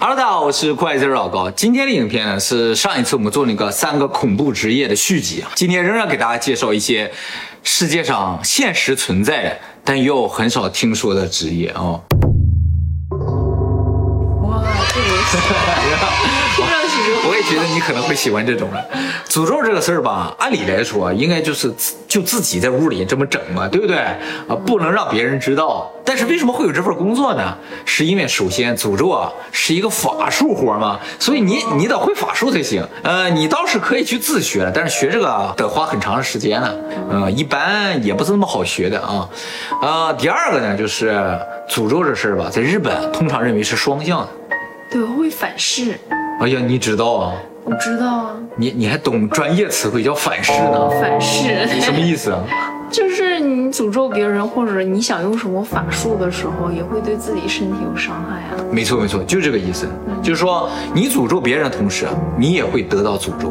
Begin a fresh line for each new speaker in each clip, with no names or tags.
Hello，大家好，我是快 zero 老高。今天的影片呢是上一次我们做那个三个恐怖职业的续集啊，今天仍然给大家介绍一些世界上现实存在的但又很少听说的职业哦。
哇，这个游戏听上去就
我也觉得你可能会喜欢这种的。诅咒这个事儿吧，按理来说啊应该就是自就自己在屋里这么整嘛，对不对？啊，不能让别人知道。但是为什么会有这份工作呢？是因为首先诅咒啊是一个法术活嘛，所以你你得会法术才行。呃，你倒是可以去自学，但是学这个得花很长的时间呢。嗯、一般也不是那么好学的啊。呃，第二个呢，就是诅咒这事儿吧，在日本通常认为是双向的。
对会反噬，
哎呀，你知道啊？
我知道啊，
你你还懂专业词汇叫反噬呢？
反噬
什么意思啊？
就是你诅咒别人或者你想用什么法术的时候，也会对自己身体有伤害啊。
没错没错，就这个意思，就是说你诅咒别人的同时，啊你也会得到诅咒。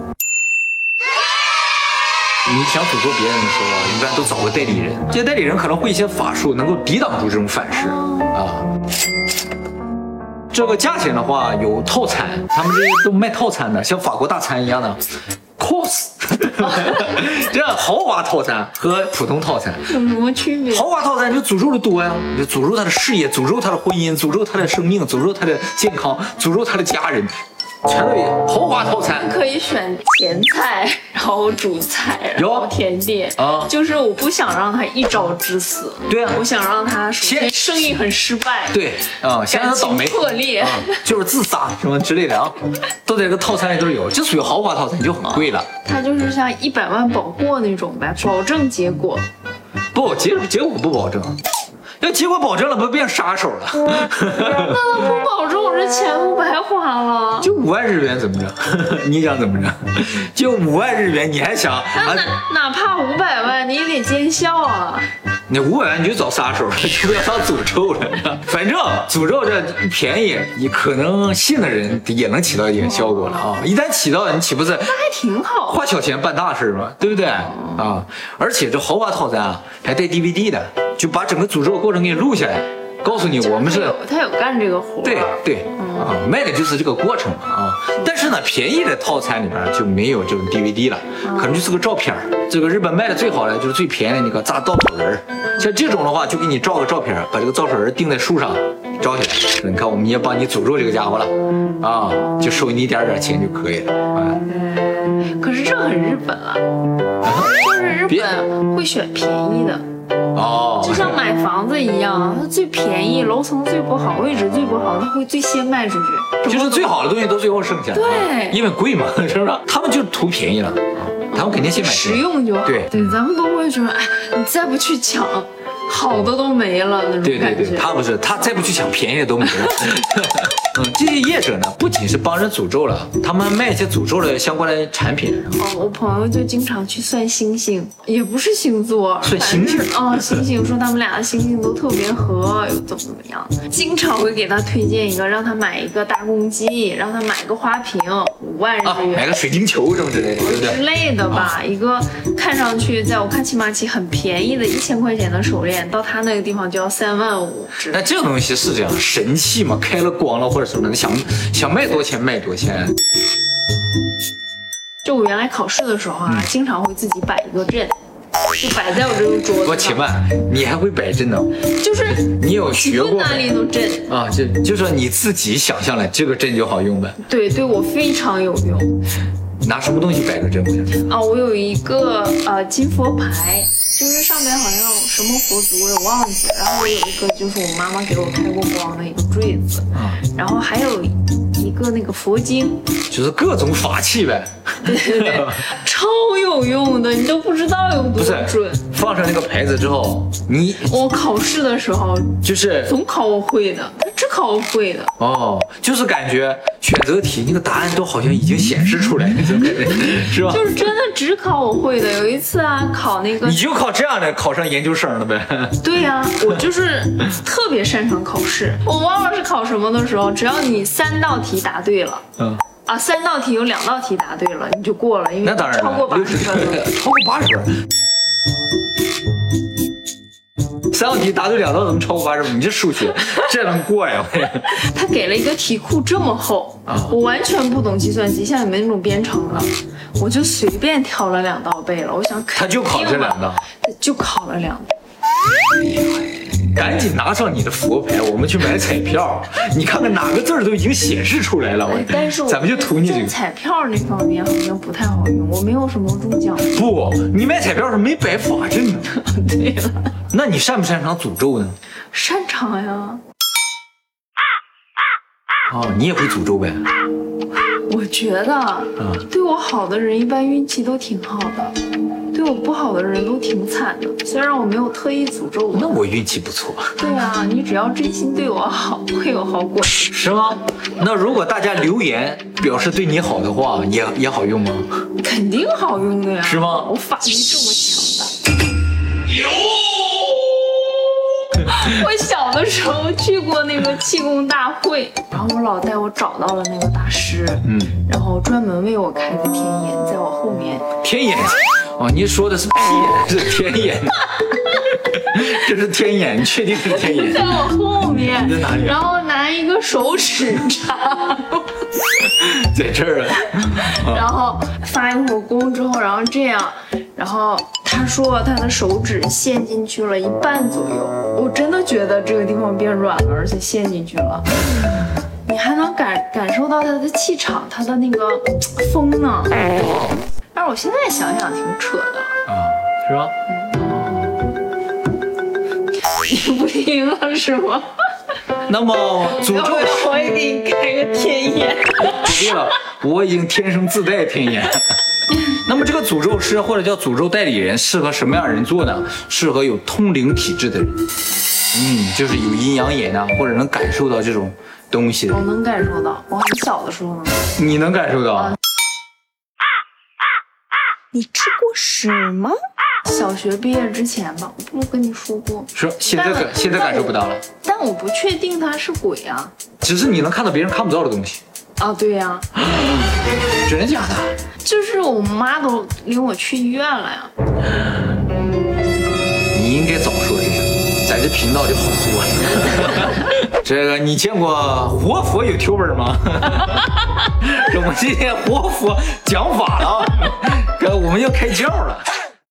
你想诅咒别人的时候啊，一般都找个代理人，这些代理人可能会一些法术，能够抵挡住这种反噬啊。这个价钱的话，有套餐，他们这些都卖套餐的，像法国大餐一样的，cos，这样豪华套餐和普通套餐。
有什么区别？
豪华套餐就诅咒的多呀，你就诅咒他的事业，诅咒他的婚姻，诅咒他的生命，诅咒他的健康，诅咒他的家人，全都有豪华套餐。
可以选前菜，然后主菜，然
有
后甜点
啊
就是我不想让他一招致死，
对啊
我想让他首先
先
生意很失败，，
对啊、先让
感
他倒
情
霉，
破裂
啊，就是自杀什么之类的啊，都在这个套餐里都有，这属于豪华套餐，就很贵了。
他就是像一百万保货那种呗，保证结果。
不结结果不保证，要结果保证了，不变杀手了？
那他不保证我这钱不白花了。
就五万日元怎么着？ 你想怎么着？就五万日元，你还想啊？
哪怕五百万，你也得见效啊！
你五百万你就找杀手了，就不要当诅咒了。啊反正诅咒这一便宜，你可能信的人也能起到一定效果了啊！一旦起到，你岂不是
还挺好。
花小钱办大事吗？对不对啊？而且这豪华套餐啊，还带 DVD 的，就把整个诅咒过程给你录下来，告诉你我们
他
是。
有他有干这个活儿，
对对
嗯
啊，卖的就是这个过程嘛啊。但是呢，便宜的套餐里边就没有这种 DVD 了，
嗯
可能就是个照片儿。这个日本卖的最好的就是最便宜的那个炸稻草人儿，
嗯
像这种的话，就给你照个照片儿，把这个稻草人儿钉在树上。照起来，你看，我们也帮你诅咒这个家伙
嗯
了，啊，就收你一点点钱就可以了，啊，
可是这很日本啊，就是日
别
本会选便宜的，
哦，
就像买房子一样，啊它最便宜，楼层最不好，位置最不好，它会最先卖出去。
就是最好的东西都最后剩下，啊
对
因为贵嘛， 是不是？他们就是图便宜了，啊他们肯定先买便宜
实用就好。
对
对，咱们都会觉得，哎，你再不去抢，好的都没了那 种
对对
感
对，
觉。
他不是，他再不去抢便宜的都没了。 嗯，这些业者呢，不仅是帮人诅咒了，他们卖一些诅咒的相关的产品。
哦，我朋友就经常去算星星，也不是星座，
算星星
反正哦，星星说他们俩的星星都特别合，又怎么怎么样，经常会给他推荐一个，让他买一个大公鸡，让他买个花瓶，五万
啊
日，元。
买个水晶球什么之类的，对不
之
对？
类的吧，一个看上去在我看起码起很便宜的一千块钱的手链，到他那个地方就要三万五之类
那
的。
这个东西是这样，神器嘛，开了光了或者什么的，想想卖多少钱卖多少钱。
就我原来考试的时候啊，
嗯
经常会自己摆一个阵，就摆在我这个桌子上。
我请问你还会摆阵呢？
就是
你有
几
学
个
过
哪里
吗？
都阵。
啊，就就说你自己想象了这个阵就好用呗，
对，对我非常有用
拿什么东西摆个阵不行？
啊！我有一个呃金佛牌，就是上面好像有什么佛祖我也忘记，然后我有一个就是我妈妈给我开过光的一个坠子，
啊，
然后还有一个那个佛经，
就是各种法器呗。
超有用的，你都不知道有
不
多
是
准。，
放上那个牌子之后，你
我考试的时候
就是
总考我会的，他只考我会的。
哦，就是感觉选择题那个答案都好像已经显示出来 了，是吧？
就是真的只考我会的。有一次啊，考那个
你就靠这样的考上研究生了呗？
对呀、我就是特别擅长考试。我忘了是考什么的时候，只要你三道题答对了
嗯，
啊，三道题有两道题答对了，你就过了，因 为
那当然
超过
了，
八
六
十
十
分了。
分，超过八十分。三道题答对两道怎么超过八十分？你这数 学这能过呀？
他给了一个题库这么厚
啊，
我完全不懂计算机，像你们那种编程的，我就随便挑了两道背了。我想
他
肯定
就考这两道
嘛，他就考了两道。
赶紧拿上你的佛牌，我们去买彩票，你看看哪个字儿都已经显示出来了。我
哎，但是我
咱们就图你这
中
个。
彩票那方面好像不太好用，我没有什么中奖。
不，你买彩票是没摆法阵呢。
对了，
那你擅不擅长诅咒呢？
擅长呀，
哦，你也会诅咒呗？
我觉得
啊，
对我好的人一般运气都挺好的，对我不好的人都挺惨的。虽然我没有特意诅咒
那
我，
我运气不错，
对啊，你只要真心对我好，会有好果。
是吗？那如果大家留言表示对你好的话，也也好用吗？
肯定好用的呀，
是吗
我法力这么强大。我小的时候去过那个气功大会，然后我老带我找到了那个大师，
嗯，
然后专门为我开个天眼，在我后面。
天眼。哦，您说的是屁眼，是天眼。 这是天眼，你确定是天眼？
在我后面
你在哪里，啊
然后拿一个手指插，
在这儿啊。
然后发一会儿功之后，然后这样，然后他说他的手指陷进去了一半左右，我真的觉得这个地方变软了，而且陷进去了。你还能感感受到他的气场，他的那个嘖风呢。但是我现在想想挺扯的，
啊，是吧？
你不听了是吗？
那么诅
要不
咒
要我也给你开个天眼？
对了，我已经天生自带天眼。 那么这个诅咒师或者叫诅咒代理人适合什么样的人做呢？适合有通灵体质的人，嗯，就是有阴阳眼啊，或者能感受到这种东西的
我
人，
能感受到，我很小的时候能。
你能感受到？
你吃过屎吗？小学毕业之前吧，我不是跟你说过，
说现在感现在感受不到了，
但我不确定他是鬼呀、
只是你能看到别人看不到的东西，
啊。对呀、
真的假的？
就是我妈都领我去医院了呀。
你应该早说这个，咱这频道就好做了。这个你见过活佛 YouTuber 吗？我们今天活佛讲法了啊，哥，我们要开窍了。